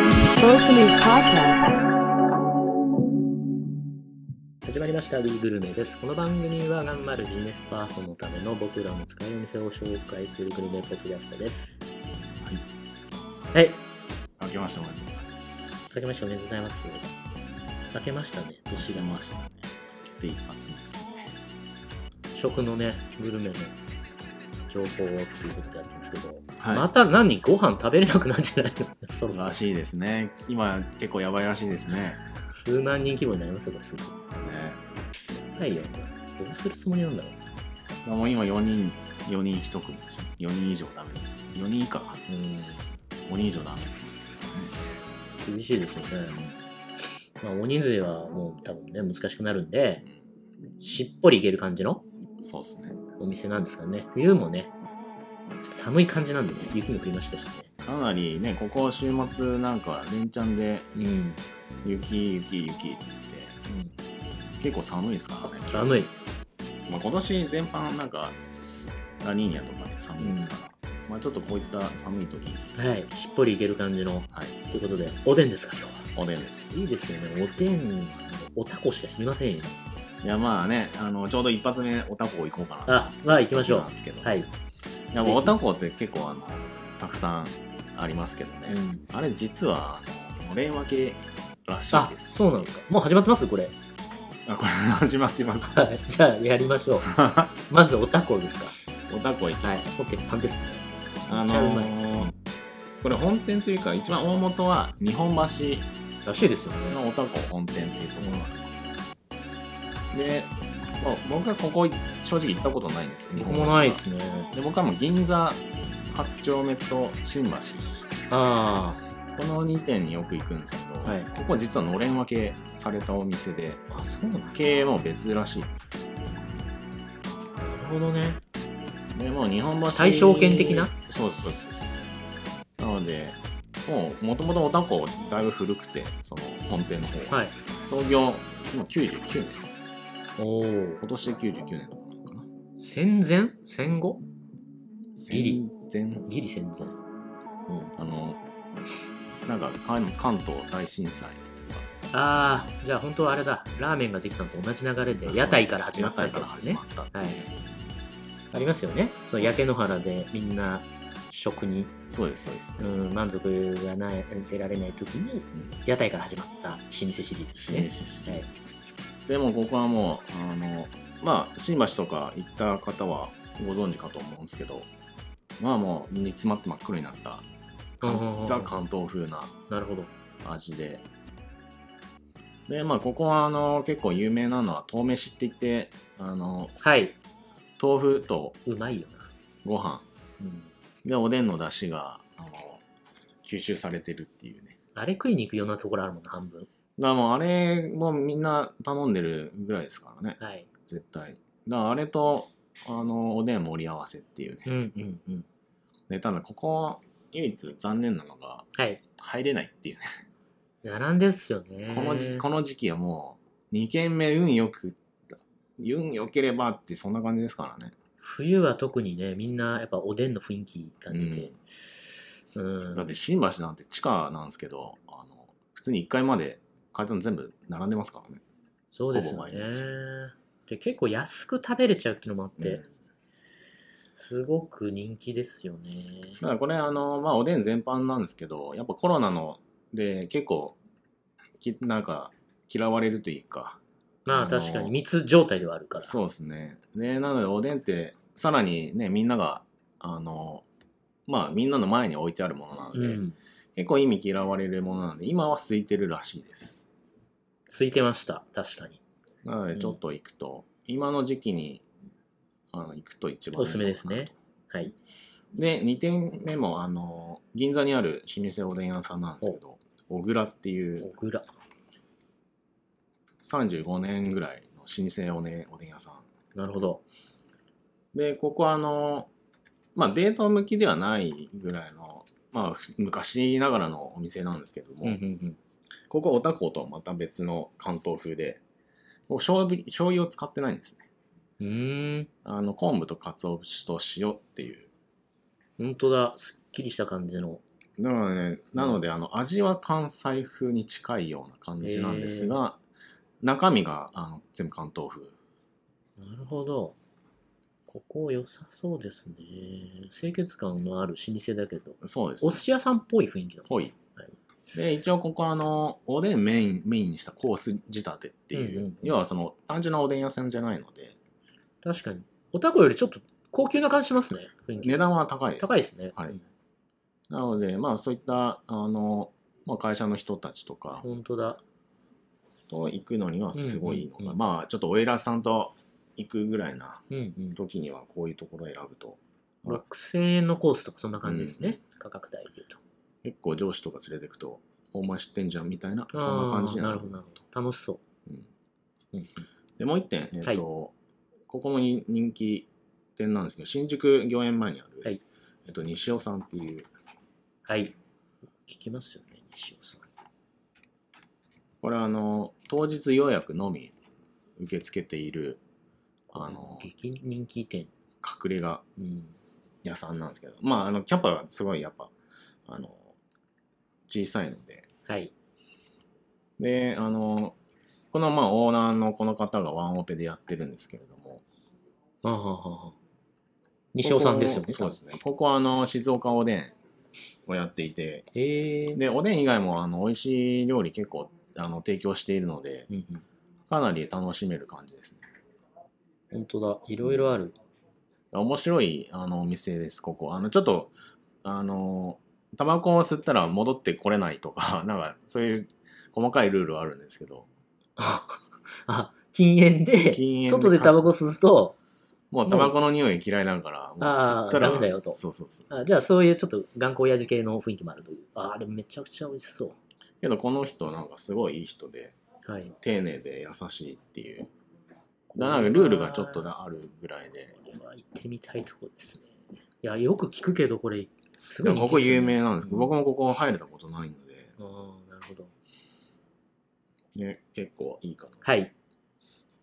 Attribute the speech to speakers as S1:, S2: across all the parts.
S1: Sorcery's Podcast.
S2: 始まりました「ビーグルメ」ですこの番組は頑張るビジネスパーソンのための僕らの使える店を紹介するグルメポッドキャストですはい、はい、
S3: 明けましておめでとうございます。
S2: 明けましておめでとうございます明けましたね年が
S3: 出ましたね。で、一発目ですね。
S2: 食のねグルメの情報をっていうことでやってるんですけど、
S3: はい
S2: また何ご飯食べれなくなっちゃ ないのそろそろ
S3: らしいですね。今、結構やばいらしいですね。
S2: 数万人規模になりますよこれすぐや
S3: ね
S2: ばいよどうするつもりなんだろう
S3: もう今、4人、4人1組でしょ。4人以上ダメ。4人以下か。
S2: うん
S3: 5人以上ダメ。
S2: 厳しいですよね、まあ、大人数はもう多分ね難しくなるんでしっぽりいける感じの
S3: そうですね。
S2: お店なんですかね。冬もね、ちょっと寒い感じなんでね、雪も降りましたしね。
S3: かなりね、ここ週末なんか、連チャンで
S2: うん。うん、
S3: 雪、雪、雪って言って、結構寒いですからね。
S2: 寒い。
S3: まあ、今年全般なんか、ラニーニャとかね、寒いですから。まあ、ちょっとこういった寒い時に、
S2: はい。しっぽりいける感じの。
S3: はい、
S2: ということで、おでんですか、今日は。
S3: おでんです。
S2: いいですよね。おでん、おたこしか知りませんよ。
S3: いやまあねあのちょうど一発目おたこ行こうかな
S2: あ、まあ行きましょ
S3: なんですけど、
S2: う。はい。
S3: や
S2: ぜひ
S3: おたこって結構あのたくさんありますけどね、
S2: うん。
S3: あれ実はあののれん分けらしい
S2: あ、
S3: です
S2: そうなんですか。もう始まってますこれ。
S3: あこれ 始まって ます
S2: はい。 じゃあ、やりま しょう。まず、おたこですか。
S3: おたこ行き
S2: はい。もう鉄板ですね。
S3: あ
S2: めっちゃうまい
S3: のーこれ本店というか一番大元は日本橋
S2: らしいですよね。
S3: のおたこ本店っていうところなんですけどで、まあ、僕はここ正直行ったことないんですよ日
S2: 僕
S3: 本橋
S2: も
S3: は
S2: ないですね。
S3: で僕はもう銀座8丁目と新橋
S2: あ
S3: この2店によく行くんですけど、
S2: はい
S3: ここ実はのれん分けされたお店で
S2: あ。あ、そうなんだ。
S3: 経営も別らしいです
S2: なるほどね。
S3: でもう日本橋
S2: 大正圏的な
S3: そうですそうですそうですなのでもうもともとおたこだいぶ古くてその本店の方は、
S2: はい。
S3: 創業今99年
S2: おお。
S3: 今年で99年とかなのかな
S2: 戦前戦後ギリ
S3: 戦前
S2: ギリ戦前。うん、
S3: あのなんか関関東大震災とか
S2: ああ、じゃあ本当はあれだ。ラーメンができたのと同じ流れで、屋台から始まったってやつですね
S3: 屋。台から始まった
S2: はい。ありますよね。そう、焼け野原でみんな食に、
S3: そうですそうで
S2: う
S3: す、
S2: ん、満足がない、得られない時に、屋台から始まった老舗シリーズです
S3: 新
S2: ね
S3: 入。施設
S2: はい。
S3: でもここはもうあのまあ新橋とか行った方はご存知かと思うんですけどまあもう煮詰まって真っ黒になった
S2: う
S3: か
S2: んうんうん
S3: んザ関東風な
S2: なるほど。
S3: 味ででまあここはあの結構有名なのは豆飯って言ってあの
S2: はい。
S3: 豆腐と
S2: うまいよな。
S3: ご飯
S2: うん。
S3: でおでんの出汁があの吸収されてるっていうね
S2: あれ食いに行くようなところあるもんな、半分。
S3: だからもうあれもみんな頼んでるぐらいですからね
S2: はい。
S3: 絶対だからあれとあのおでん盛り合わせっていう
S2: う
S3: ね
S2: んうんうん。
S3: でただここ唯一残念なのが
S2: はい。
S3: 入れないっていうね
S2: 並んですよね。
S3: このじこの時期はもう2軒目運よく運よければってそんな感じですからね
S2: 冬は特にねみんなやっぱおでんの雰囲気が出て、うん
S3: だって新橋なんて地下なんですけどあの普通に1階まで階段全部並んでますからね
S2: そうですよね
S3: ほぼ毎日
S2: で結構安く食べれちゃうっていうのもあって、
S3: うん
S2: すごく人気ですよね
S3: だからこれあの、まあ、おでん全般なんですけどやっぱコロナので結構きなんか嫌われるというか
S2: まあ
S3: あの
S2: 確かに密状態ではあるから
S3: そうですねでなのでおでんってさらにねみんながあのまあみんなの前に置いてあるものなので、
S2: ん、
S3: 結構意味嫌われるものなので今は空いてるらしいです
S2: 空いてました確かに
S3: なのでちょっと行くと、今の時期にあの行くと一番
S2: おすすめですねはい
S3: で2点目もあの銀座にある老舗おでん屋さんなんですけど小倉っていう
S2: 小倉
S3: 35年ぐらいの老舗お,、ね、おでん屋さん
S2: なるほど
S3: でここはあのまあデート向きではないぐらいのまあふ昔ながらのお店なんですけど
S2: う
S3: も、
S2: んうんうん
S3: ここおたことはまた別の関東風でここ醤油醤油を使ってないんですね
S2: うーん
S3: あの昆布と鰹節と塩っていう
S2: 本当だすっきりした感じの
S3: だからね、なので、あの、味は関西風に近いような感じなんですが、中身があの全部関東風。
S2: なるほど。ここ良さそうですね。清潔感のある老舗だけど、
S3: そうです、
S2: お
S3: ね
S2: 寿。司屋さんっぽい雰囲気だね。
S3: ぽい
S2: はい。
S3: で、一応ここはあの、おでんメイン、メインにしたコース仕立てってい
S2: うん
S3: う、
S2: うんうん
S3: 要はその、単純なおでん屋さんじゃないので、
S2: 確かに。おたこよりちょっと高級な感じしますね。雰囲気。
S3: 値段は高いです。
S2: 高いですね。
S3: は
S2: う
S3: い
S2: ん。
S3: なので、まあそういった、あの、まあ、会社の人たちとか
S2: 本当だ。
S3: と行くのにはすごいいいのが、
S2: うんうんうん
S3: まあちょっとお偉いさんと行くぐらいな
S2: うんうん。
S3: 時にはこういうところを選ぶと、
S2: 6000円のコースとかそんな感じですね。価格帯で言うと。
S3: 結構上司とか連れてくと、お前知ってんじゃんみたいな、そ
S2: あ
S3: ん
S2: ー
S3: な感じに
S2: な
S3: な
S2: る
S3: る
S2: ほど、なるほど。楽しそう。
S3: うん
S2: うん
S3: で、もう一点、えっ、と、ここもに人気店なんですけど、新宿御苑前にある、
S2: はい
S3: えっと、西尾さんっていう、
S2: はい。聞きますよね、西尾さん。
S3: これはあの、当日予約のみ受け付けている、あの、
S2: 激人気店。
S3: 隠れ家
S2: うん。
S3: 屋さんなんですけど、まあ、あの、キャパがすごいやっぱ、あの、小さいので、
S2: はい。
S3: で、あの、このまあオーナーのこの方がワンオペでやってるんですけれども、
S2: あははは西尾さんですよね。
S3: ここそうですね。ここはあの静岡おでんをやっていて、
S2: 多分。えー。
S3: で、おでん以外もあの美味しい料理結構あの提供しているので、
S2: うんうん。
S3: かなり楽しめる感じですね。
S2: 本当だ。いろいろある。
S3: 面白いあのお店です、ここ。あの、ちょっと、あの、タバコを吸ったら戻ってこれないとか、 なんかそういう細かいルールはあるんですけど、
S2: あ、あ禁煙で、
S3: 禁煙で
S2: 外でタバコ吸うと、
S3: もうタバコの匂い嫌いだから、もう吸ったら
S2: あーダメだよと
S3: そうそうそう。
S2: あじゃあそういうちょっと頑固親父系の雰囲気もあるという。ああ、でもめちゃくちゃ美味しそ
S3: けどこの人なんかすごいいい人で、
S2: う。はい。
S3: 丁寧で優しいっていう。だなんかルールがちょっとなあるぐらいで。
S2: これは行ってみたいとこですね。いや、よく聞くけど、これ、す
S3: で
S2: ごい
S3: もここ有名なんですけど、僕
S2: も。
S3: もここ入れたことないので、
S2: うんあーなるほど。
S3: ね、結構いいかな。
S2: はい。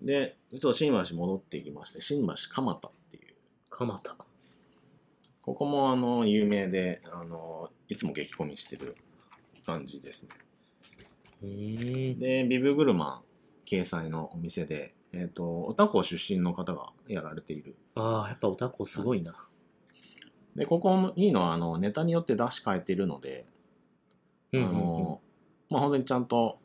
S3: で、ちょっと新橋戻っていきまして、新橋蒲田っていう。
S2: 蒲田。
S3: ここもあの、有名で、あの、いつも激混みしてる感じですね。
S2: うーん。
S3: で、ビブグルマン掲載のお店で、えっ、と、おたこ出身の方がやられている。
S2: ああ、やっぱおたこすごいな。
S3: で、ここもいいのは、あの、ネタによって出し変えてるので、
S2: うん
S3: あのまあ本当にちゃんと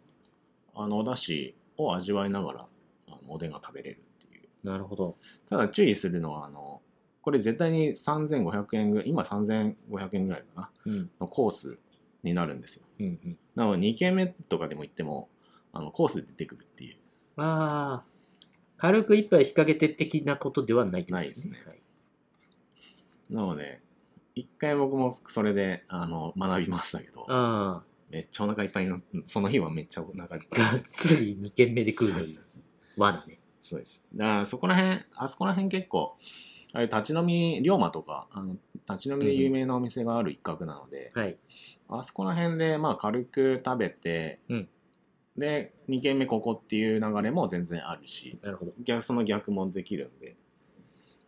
S3: あのお出汁を味わいながらあのおでんが食べれるっていう
S2: うんうんなるほど。
S3: ただ注意するのはあのこれ絶対に3500円ぐらい今3500円ぐらいかな
S2: うん。
S3: のコースになるんですよ
S2: うんうん。
S3: なので2軒目とかでも行ってもあのコースで出てくるっていう
S2: ああ、軽く一杯引っ掛けて的なことではないってこと
S3: ないですねなので一回僕もそれであの学びましたけど
S2: はい、あ
S3: めっちゃお腹いっぱいになその日はめっちゃお腹いっ
S2: あ、
S3: ぱい
S2: がっつり2軒目で食うのに
S3: そうそうそう
S2: 罠ね。
S3: そうです。だからそこら辺、あそこら辺結構、あれ立ち飲み、龍馬とか、あの立ち飲みで有名なお店がある一角なので、
S2: はい。
S3: あそこら辺でまあ軽く食べて、
S2: うん
S3: で、2軒目ここっていう流れも全然あるし、
S2: なるほど。
S3: 逆その逆もできるんで、だか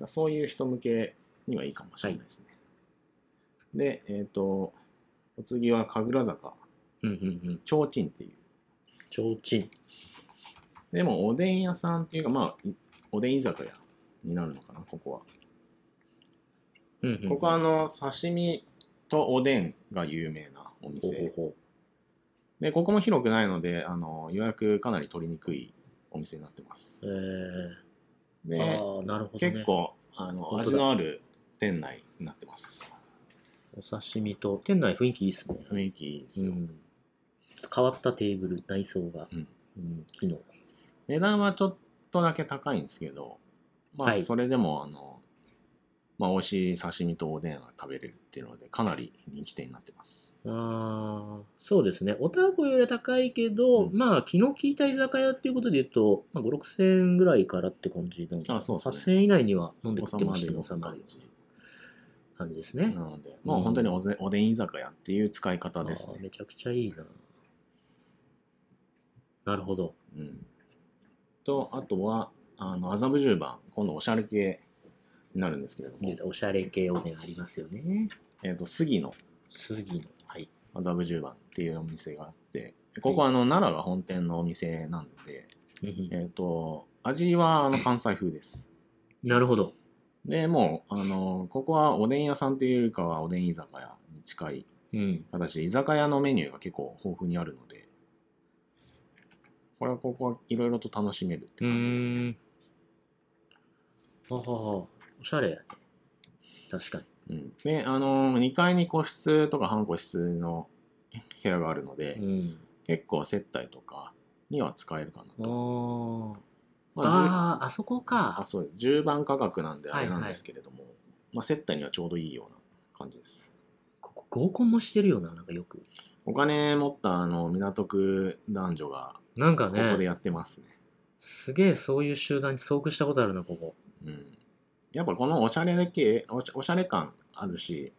S3: らそういう人向けにはいいかもしれないですね。で、えっ、と、お次は神楽坂、
S2: うんうんうん。
S3: 提灯っていう。
S2: ちょうちん。
S3: でも、おでん屋さんっていうか、まあ、いおでん居酒屋になるのかな、ここは。
S2: うんうんうん
S3: ここはあの刺身とおでんが有名なお
S2: ほうほう
S3: 店
S2: ほ
S3: でここも広くないのであの予約かなり取りにくいお店になってます
S2: う。えー、
S3: で
S2: ああ、なるほど、ね。
S3: 結構あの
S2: 本当
S3: 味
S2: だ
S3: のある店内になってます
S2: お刺身と、店内雰囲気いいっすね。
S3: 雰囲気いいです
S2: う
S3: よ、
S2: ん。ちょっと変わったテーブル、内装が。
S3: うん
S2: うん、機能。
S3: 値段はちょっとだけ高いんですけどまあ、
S2: はい
S3: それでもあのまあ美味しい刺身とおでんが食べれるっていうのでかなり人気店になってます
S2: ああ、そうですね。おたこよりは高いけど、
S3: うん
S2: まあ、昨日聞いた居酒屋っていうことで言うと、まあ、5、6千円ぐらいからって感じなん
S3: あそうですね
S2: 8千円以内には飲んで
S3: お
S2: 食
S3: さ
S2: って
S3: ま
S2: ま
S3: で
S2: した
S3: の
S2: よ、収ま
S3: 感
S2: る
S3: じ
S2: 感じですね
S3: な。ので、もう本当におぜおでん居酒屋っていう使い方です
S2: あ
S3: ね
S2: ーめちゃくちゃいいな。なるほど。
S3: うんとあとはあの麻布十番今度おしゃれ系になるんですけれども
S2: おしゃれ系おでんありますよね。
S3: えっ、と杉野
S2: 杉の。は
S3: 麻布十番っていうお店があって、ここはあの奈良が本店のお店なんで、
S2: うん
S3: えっ、と、味はあの関西風です。
S2: なるほど。
S3: で、もう、あの、ここはおでん屋さんというよりかはおでん居酒屋に近い
S2: うん。
S3: 形で、居酒屋のメニューが結構豊富にあるので、これはここはいろいろと楽しめるって
S2: う
S3: 感じですね。
S2: ーん。あはは、おしゃれやね。確かに。
S3: うん、で、あの、2階に個室とか半個室の部屋があるので、
S2: うん。
S3: 結構接待とかには使えるかなと。
S2: ああ。
S3: まあ
S2: ああ、あそこ
S3: じゅあ
S2: か。
S3: そうです10番価格なんで
S2: は
S3: あ
S2: い
S3: れなんですけれども、まあ、接待にはちょうどいいような感じです。
S2: ここ合コンもしてるよな、なんかよく。
S3: お金持ったあの港区男女が
S2: なんか
S3: ここで
S2: ね、
S3: やってますね。
S2: すげえそういう集団に遭遇したことあるな、ここ。
S3: うん、やっぱこのおしゃれだけおしゃおしゃれ感あるし、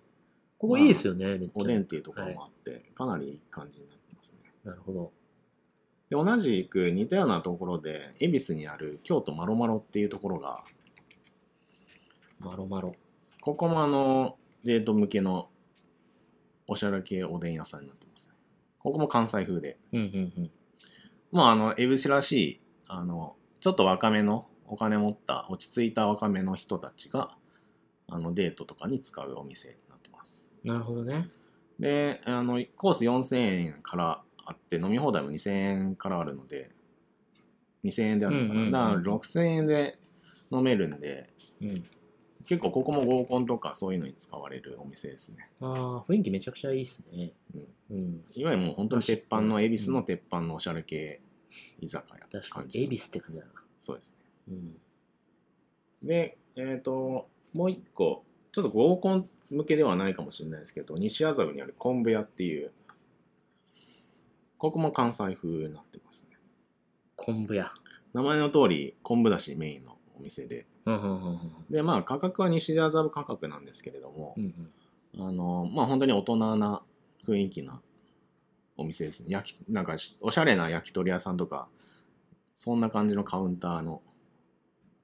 S2: ここいいですよね、めっちゃ。
S3: おでんっていうところもあって、かなりいい感じになってますね。
S2: なるほど。
S3: で同じく似たようなところで恵比寿にある京都まろまろっていうところが
S2: まろまろ。
S3: ここもあのデート向けのおしゃれ系おでん屋さんになってますねここも関西風で
S2: うんうんうん。
S3: まああの恵比寿らしいあのちょっと若めのお金持った落ち着いた若めの人たちがあのデートとかに使うお店になってます
S2: なるほどね。
S3: であのコース4000円からあって飲み放題も2000円からあるので2000円であるのかな、
S2: うんうんうん
S3: だから6000円で飲めるんで
S2: うん。
S3: 結構ここも合コンとかそういうのに使われるお店ですね
S2: ああ、雰囲気めちゃくちゃいいっすね。うん。
S3: いわゆるもう本当に鉄板の恵比寿の鉄板のおしゃれ系居酒屋って
S2: 確か
S3: 感
S2: に、
S3: じ
S2: 恵比寿って感じだな。
S3: そうですね
S2: うん。
S3: でえっ、ともう一個ちょっと合コン向けではないかもしれないですけど西麻布にある昆布屋っていうここも関西風になってますね
S2: 昆布屋。
S3: 名前の通り昆布だしメインのお店で
S2: うんうんうんうん。
S3: でまあ価格は西麻布価格なんですけれども、
S2: うんうん。
S3: あのまあ本当に大人な雰囲気なお店ですね焼きなんかしおしゃれな焼き鳥屋さんとかそんな感じのカウンターの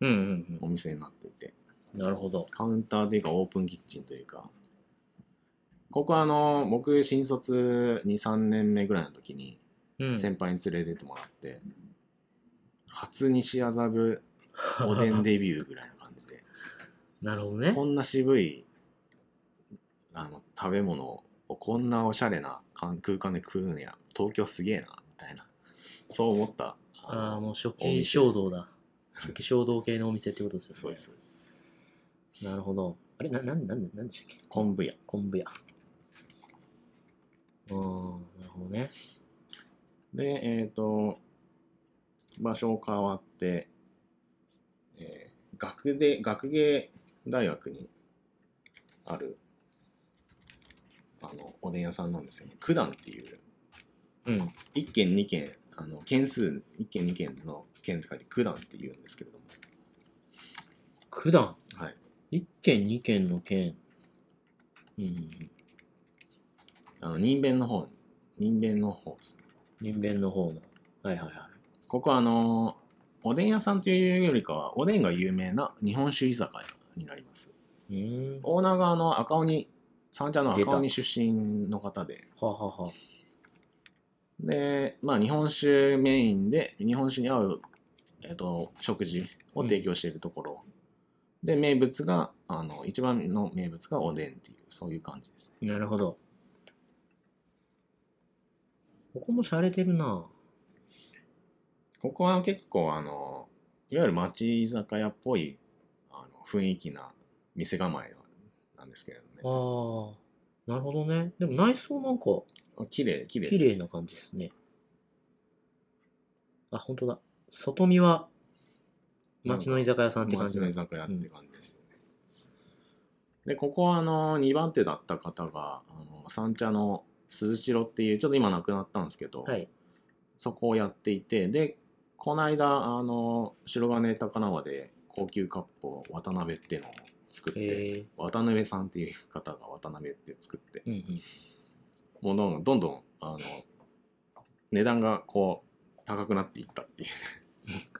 S2: うんうん
S3: お店になっていて
S2: うん。なるほど。
S3: カウンターというかオープンキッチンというかここはあの僕新卒23年目ぐらいの時に
S2: うん。
S3: 先輩に連れてってもらって、初西麻布おでんデビューぐらいな感じで
S2: なるほどね
S3: こ。んな渋いあの食べ物をこんなおしゃれな空間で食うんや東京すげえなみたいなそう思った
S2: ああ、
S3: の
S2: もう初期衝動だ。初期衝動系のお店ってことですよね。
S3: そうですそうです
S2: なるほど。あれな、なん、なん、なんでしたっけ
S3: 昆布屋
S2: 昆布屋。うーん、なるほどね。
S3: でえっ、と場所変わって、えー学で学芸大学にあるあのおでん屋さんなんですよね九段っていう
S2: うん。
S3: 1軒2軒あの件数1軒2軒の件って書いて九段っていうんですけれども
S2: 九段。
S3: はい
S2: 一軒、二軒の軒。うん。
S3: あの人弁の方人弁の方ですね
S2: 人弁の方の。はいはいはい。
S3: ここはあのおでん屋さんというよりかはおでんが有名な日本酒居酒屋になります
S2: うーん。は
S3: オーナーがあの赤鬼三茶の赤鬼出身の方で
S2: あはあはあ。
S3: でまあ日本酒メインで日本酒に合う、えっと食事を提供しているところ、で名物があの一番の名物がおでんっていうそういう感じですね
S2: なるほど。ここも洒落てるな。
S3: ここは結構あのいわゆる町居酒屋っぽいあの雰囲気な店構えなんですけれ
S2: ああ
S3: どね、
S2: なるほどね。でも内装なんか
S3: 綺麗綺麗
S2: 綺
S3: で
S2: 麗
S3: す
S2: な感じですね。あ、本当だ。外見は街の居酒屋さんって感じな
S3: 町の
S2: ん
S3: 居
S2: だ。
S3: 酒屋って感じですね、でここはあの2番手だった方があの三茶の鈴代っていうちょっと今亡くなったんですけど、
S2: はい。
S3: そこをやっていてでこの間あの白金高輪で高級割烹渡辺っていうのを作って、
S2: え
S3: 渡辺さんっていう方が渡辺って作って
S2: ー、うんうん。
S3: もうどんどんどんどんあの値段がこう高くなっていったっていう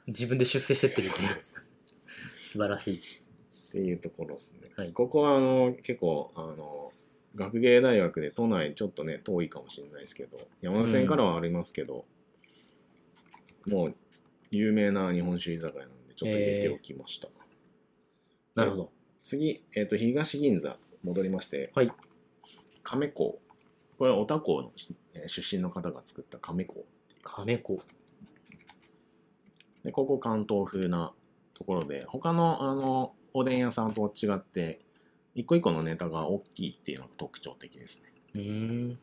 S2: 自分で出世してって るっていう。
S3: そう
S2: 素晴らしい。
S3: っていうところですね。
S2: はい
S3: ここはあの結構あの学芸大学で都内ちょっとね遠いかもしれないですけど山手線からはありますけど、もう有名な日本酒居酒屋なんでちょっと入れておきました、
S2: なるほど。
S3: 次、えっと東銀座戻りまして、
S2: はい
S3: 亀港これはオタ港のえー出身の方が作った亀港
S2: 亀子。
S3: でここ関東風なところで他のあのおでん屋さんと違って一個一個のネタが大きいっていうのが特徴的ですね
S2: うーん。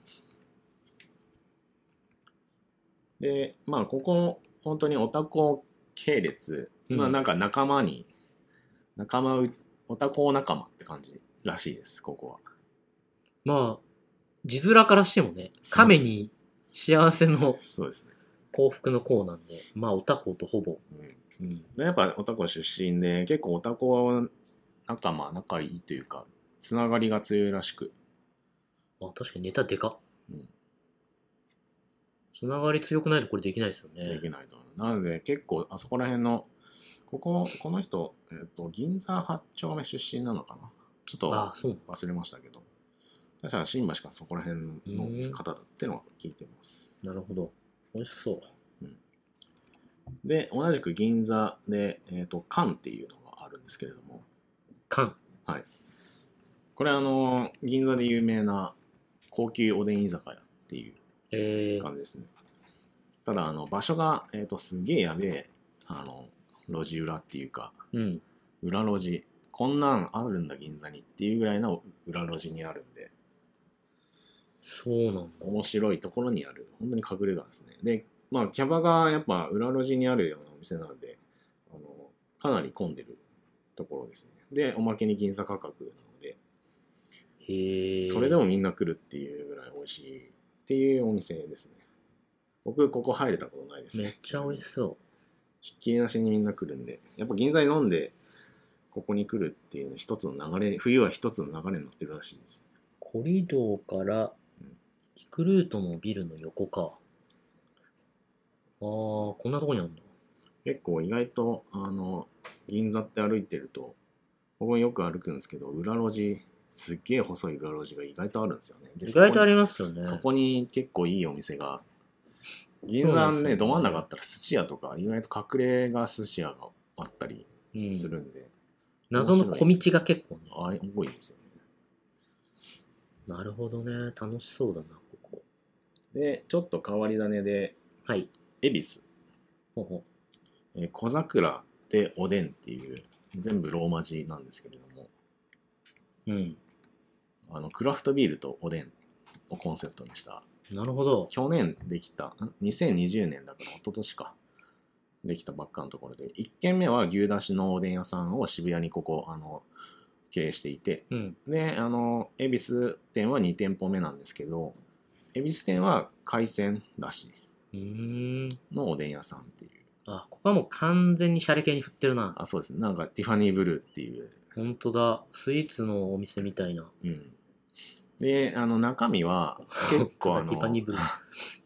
S3: でまあここ本当にオタコ系列、まあ
S2: うん
S3: なんか仲間に仲間うオタコ仲間って感じらしいですここは
S2: まあ、字面からしてもね、亀に幸せの
S3: そうですね、
S2: 幸福の幸なんで、まあ、おたことほぼ。
S3: うん
S2: うん。
S3: でやっぱオタコ出身で結構オタコは仲間仲いいというかつながりが強いらしく
S2: あ、確かにネタでかっ
S3: うん。
S2: つながり強くないとこれできないですよね。
S3: できないと思うなので結構あそこら辺のこここの人、えっと銀座8丁目出身なのかなちょっ
S2: あ
S3: と
S2: そうなの
S3: 忘れましたけど確か新橋かそこら辺の方だってのは聞いてます
S2: なるほど。美味しそう。
S3: で同じく銀座で、えっと缶っていうのがあるんですけれども
S2: 缶。
S3: これあの銀座で有名な高級おでん居酒屋っていう
S2: えー
S3: 感じですね。ただ、あの、場所が、えっ、と、すげえやべえ、あの、路地裏っていうか、
S2: うん。
S3: 裏路地、こんなんあるんだ、銀座にっていうぐらいの裏路地にあるんで、
S2: そうなんだ。
S3: 面白いところにある、本当に隠れ家ですね。で、まあ、キャバがやっぱ裏路地にあるようなお店なので、あの、かなり混んでるところですね。で、おまけに銀座価格なので、
S2: へー
S3: それでもみんな来るっていうぐらい美味しいっていうお店ですね。僕、ここ入れたことないですね。
S2: めっちゃ美味しそ
S3: ひっきりなしにみんな来るんで、やっぱ銀座に飲んで、ここに来るっていうの一つの流れ、冬は一つの流れになってるらしいです。
S2: う。コリドーから
S3: うん、
S2: リクルートのビルの横か。あー、こんなとこにあるんだ。
S3: 結構意外と、あの、銀座って歩いてると、僕もよく歩くんですけど、裏路地、すっげえ細い裏路地が意外とあるんですよね。で
S2: 意外とあ
S3: そこに
S2: りますよね。
S3: そこに結構いいお店が、銀座
S2: そうなんですよ
S3: ね、
S2: ね
S3: ど真ん中だったら寿司屋とか、意外と隠れが寿司屋があったり
S2: うん
S3: するんで、
S2: 謎の小道が結構ね。
S3: ああ、多いですよね。
S2: なるほどね。楽しそうだな、ここ。
S3: で、ちょっと変わり種で、
S2: はい。
S3: 恵比寿。
S2: ほうほ
S3: えー小桜でおでんっていう全部ローマ字なんですけれども
S2: う。うん。
S3: あのクラフトビールとおでんをコンセプトにした
S2: なるほど。
S3: 去年できたん2020年だから一昨年かできたばっかのところで1軒目は牛だしのおでん屋さんを渋谷にここあの経営していて
S2: うん。
S3: であの恵比寿店は2店舗目なんですけど恵比寿店は海鮮だし
S2: うーん。
S3: のおでん屋さんっていう
S2: あ、ここはもう完全にシャレ系に振ってるな。
S3: あそうですねなんかティファニーブルーっていう
S2: ほんとだ。スイーツのお店みたいな。
S3: うんであの中身は結構あ
S2: ティファニー
S3: の
S2: ブルー。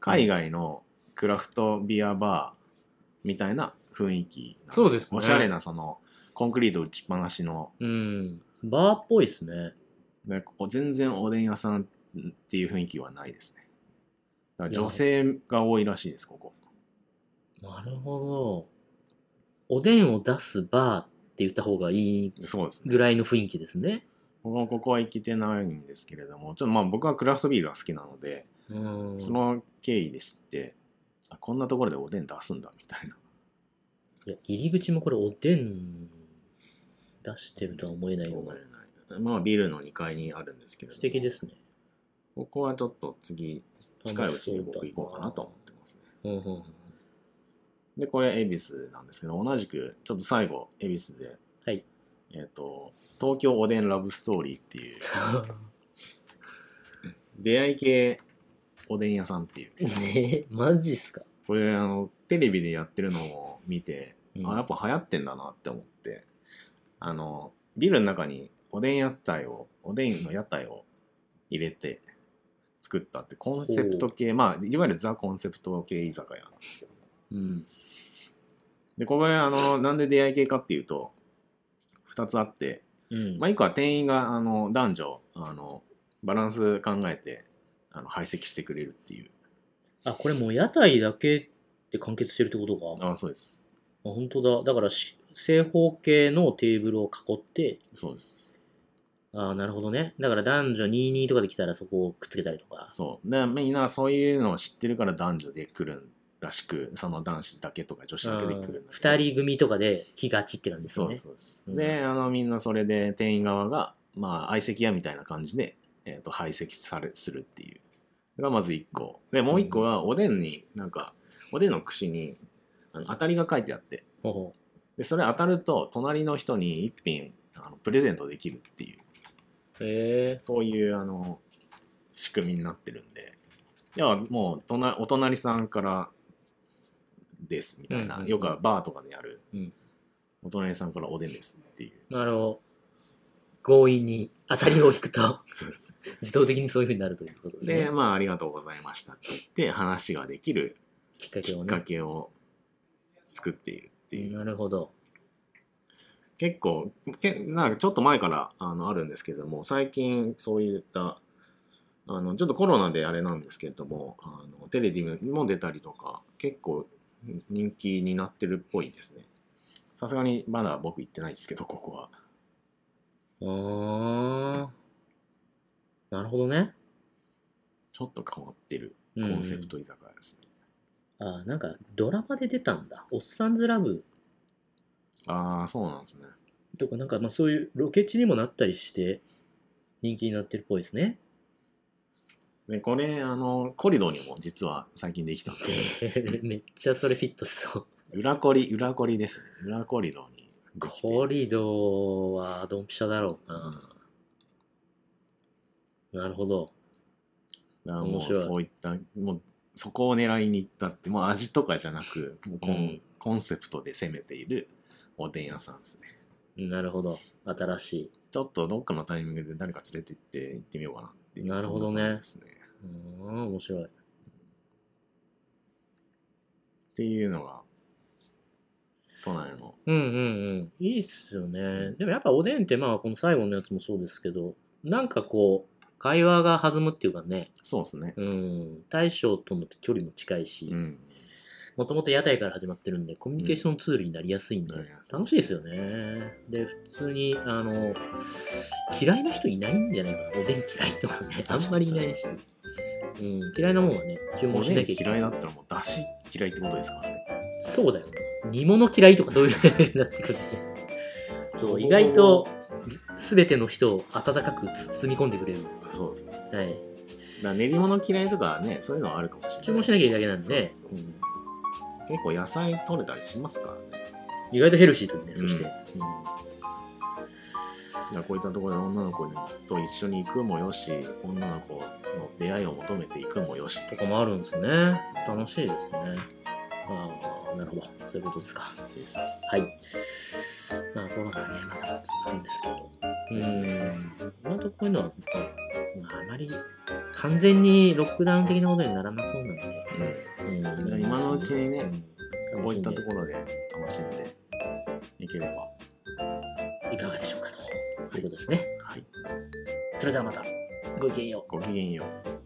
S3: 海外のクラフトビアバーみたいな雰囲気なん
S2: そうですね
S3: おしゃれ なそのコンクリート打ちっぱなしの
S2: うん。バーっぽいですね。
S3: ねこう全然おでん屋さんっていう雰囲気はないですねだから
S2: いや
S3: 女性が多いらしいですここ
S2: なるほど。おでんを出すバーって言った方がいい
S3: そうですね
S2: ぐらいの雰囲気ですね。
S3: 僕もここは行けてないんですけれどもちょっとまあ僕はクラフトビールが好きなので、
S2: うん。
S3: その経緯で知ってあこんなところでおでん出すんだみたいない
S2: や、入り口もこれおでん出してるとは思えないような。
S3: まあビルの2階にあるんですけれども
S2: 素敵ですね。
S3: ここはちょっと次近いうちに僕行こうかなと思ってますね
S2: うんうんうん。
S3: でこれ恵比寿なんですけど同じくちょっと最後恵比寿で
S2: はい。
S3: えっ、と東京おでんラブストーリーっ ていう出会い系おでん屋さんっていう
S2: ねマジっすか。
S3: これあのテレビでやってるのを見て、
S2: うん
S3: あやっぱ流行ってんだなって思ってあのビルの中におでん屋台をおでんの屋台を入れて作ったってコンセプト系まあいわゆるザ・コンセプト系居酒屋なんですけど
S2: うん。
S3: でこれあのなんで出会い系かっていうと2つあって、
S2: うん。
S3: まあ、1個は店員があの男女あのバランス考えてあの排斥してくれるっていう
S2: あ、これもう屋台だけで完結してるってことか。あ
S3: あそうです
S2: 本当だ。だからし正方形のテーブルを囲って、
S3: そうです
S2: あなるほどね。だから男女22とかで来たらそこをくっつけたりとか。
S3: そうでみんなそういうのを知ってるから男女で来るらしくその男子だけとか女子だけで来るんだけど
S2: 2人組とかで来がちってなんです
S3: そ
S2: よ
S3: うで
S2: ね
S3: す。そうです、
S2: うん
S3: であのみんなそれで店員側がまあ相席屋みたいな感じで、えー、と排斥されするっていうそれがまず1個でもう1個はおでんになんかおでんの串にあの当たりが書いてあって
S2: ほうほ
S3: でそれ当たると隣の人に1品あのプレゼントできるっていう
S2: うへえ
S3: そういうあの仕組みになってるんでいやもう隣お隣さんからですみたいな、
S2: うんうんうん
S3: よくはバーとかでやる、
S2: うん
S3: お隣さんからおでんですっていう
S2: なるほど。強引に当たりを引くと
S3: そうです
S2: 自動的にそういうふうになるということです
S3: で、
S2: ね。
S3: まあ、ありがとうございましたって言って、話ができる
S2: きっか
S3: き
S2: け
S3: っ
S2: を
S3: か
S2: ね。
S3: けを作っているっていう。
S2: なるほど。
S3: 結構、けなんかちょっと前からあのあるんですけども、最近そういった、あのちょっとコロナであれなんですけれども、あのテレビにも出たりとか、結構人気になってるっぽいですね。さすがにまだ僕行ってないですけど、ここは。
S2: あーなるほどね。
S3: ちょっと変わってる
S2: コ
S3: コンセプト居酒屋ですね。
S2: あなんかドラマで出たんだ「おっさんずラブ
S3: ああ、そうなんですね。」
S2: とかなんかまあそういうロケ地にもなったりして人気になってるっぽいですね
S3: で、これ、あの、コリドーにも実は最近できたんで。
S2: で めっちゃそれフィットしそう
S3: 裏コリ、裏コリですね。裏コリドーにで きて。
S2: コリドーはドンピシャだろうななるほど
S3: だから
S2: 面
S3: もう
S2: 白い
S3: そういった、もうそこを狙いに行ったって、もう味とかじゃなく、もうコン,、
S2: うん
S3: コンセプトで攻めているおでん屋さんですね。
S2: なるほど新しい
S3: ちょっとどっかのタイミングで誰か連れて行って行ってみようかなっていう。
S2: なるほどね
S3: そんな感じですね
S2: うーん面白い
S3: っていうのが、都内の。
S2: うんうんうんいいっすよねでもやっぱおでんってまあこの最後のやつもそうですけどなんかこう会話が弾むっていうかね
S3: そうですね。
S2: うん、大将との距離も近いし
S3: う、ん。
S2: もともと屋台から始まってるんで、コミュニケーションツールになりやすいんで、
S3: なりやすい
S2: 楽しいですよね。で、普通に、あの、嫌いな人いないんじゃないかな。おでん嫌いとか ね、あんまりいないし。うん、嫌いなもんはね、注
S3: お
S2: 文し
S3: で
S2: なんきゃいけ
S3: 嫌
S2: ない。
S3: いだったらもう出汁嫌いってことですからね。
S2: そうだよね。煮物嫌いとかそういうレベルになってくるね。そう、意外と、すべての人を温かく包み込んでくれる。
S3: そうですね。だか
S2: はい。
S3: ら練り物嫌いとかね、そういうのはあるかもしれない。
S2: 注文しなきゃいけないだけなんでね、
S3: そうそう結構野菜取れたりしますからね。
S2: うん意外とヘルシーというね、そして。
S3: う
S2: うん
S3: んだからこういったところで女の子と一緒に行くもよし女の子の出会いを求めて行くもよし
S2: とかもあるんですね。楽しいですね。ああ、なるほど。そういうことですか。
S3: です
S2: はい。まあ、コロナね、まだ続くんですけど。う
S3: です
S2: ー
S3: ね
S2: ん。今のとこういうのは、まあ、あまり完全にロックダウン的なことにならなそうなんで。う
S3: 今のうちにね
S2: うん
S3: こういったところで楽しんでいければ
S2: いかがでしょうかと。ということですね。
S3: はい
S2: それではまた、ごきげんよう。
S3: ごきげんよう